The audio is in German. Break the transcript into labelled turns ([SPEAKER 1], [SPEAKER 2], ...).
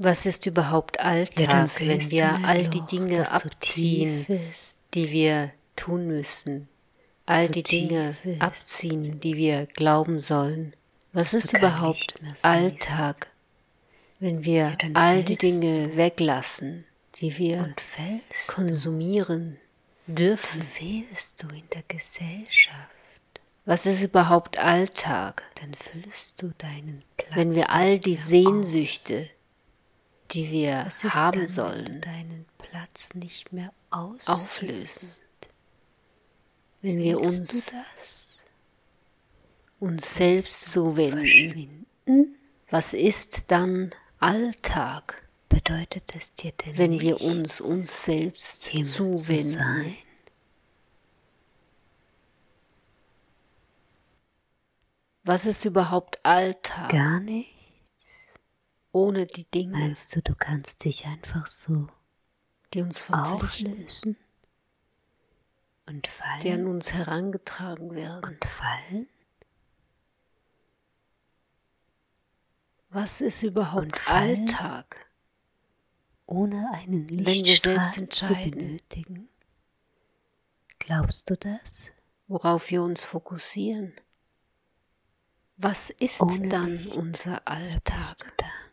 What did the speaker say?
[SPEAKER 1] Was ist überhaupt Alltag, wenn wir all die Dinge abziehen, die wir tun müssen? All die Dinge abziehen, die wir glauben sollen? Was ist überhaupt Alltag, wenn wir all die Dinge weglassen, die wir konsumieren dürfen?
[SPEAKER 2] Fehlst du in der Gesellschaft?
[SPEAKER 1] Was ist überhaupt Alltag?
[SPEAKER 2] Dann füllst du deinen Platz.
[SPEAKER 1] Wenn wir all die Sehnsüchte, die wir
[SPEAKER 2] Was ist
[SPEAKER 1] haben
[SPEAKER 2] dann,
[SPEAKER 1] sollen,
[SPEAKER 2] wenn du deinen Platz nicht mehr
[SPEAKER 1] auflösen,
[SPEAKER 2] auflösen.
[SPEAKER 1] wenn wir uns,
[SPEAKER 2] Willst du das?
[SPEAKER 1] uns selbst zuwenden,
[SPEAKER 2] Verschwinden.
[SPEAKER 1] was ist dann Alltag,
[SPEAKER 2] Bedeutet es dir denn
[SPEAKER 1] wenn
[SPEAKER 2] nicht,
[SPEAKER 1] wir uns uns selbst
[SPEAKER 2] jemand zu
[SPEAKER 1] zuwenden?
[SPEAKER 2] sein?
[SPEAKER 1] Was ist überhaupt Alltag
[SPEAKER 2] Gar nicht?
[SPEAKER 1] ohne die Dinge,
[SPEAKER 2] Meinst du, du kannst dich einfach so
[SPEAKER 1] die uns verpflichten,
[SPEAKER 2] auflösen und
[SPEAKER 1] die an
[SPEAKER 2] fallen
[SPEAKER 1] uns herangetragen werden?
[SPEAKER 2] und fallen
[SPEAKER 1] Was ist überhaupt
[SPEAKER 2] Und fallen?
[SPEAKER 1] Alltag?
[SPEAKER 2] ohne einen
[SPEAKER 1] wir selbst
[SPEAKER 2] Lichtstrahl zu
[SPEAKER 1] entscheiden.
[SPEAKER 2] benötigen? Glaubst du das?
[SPEAKER 1] worauf wir uns fokussieren. Was ist
[SPEAKER 2] Ohne
[SPEAKER 1] dann unser
[SPEAKER 2] Bist
[SPEAKER 1] Alltag?
[SPEAKER 2] du da?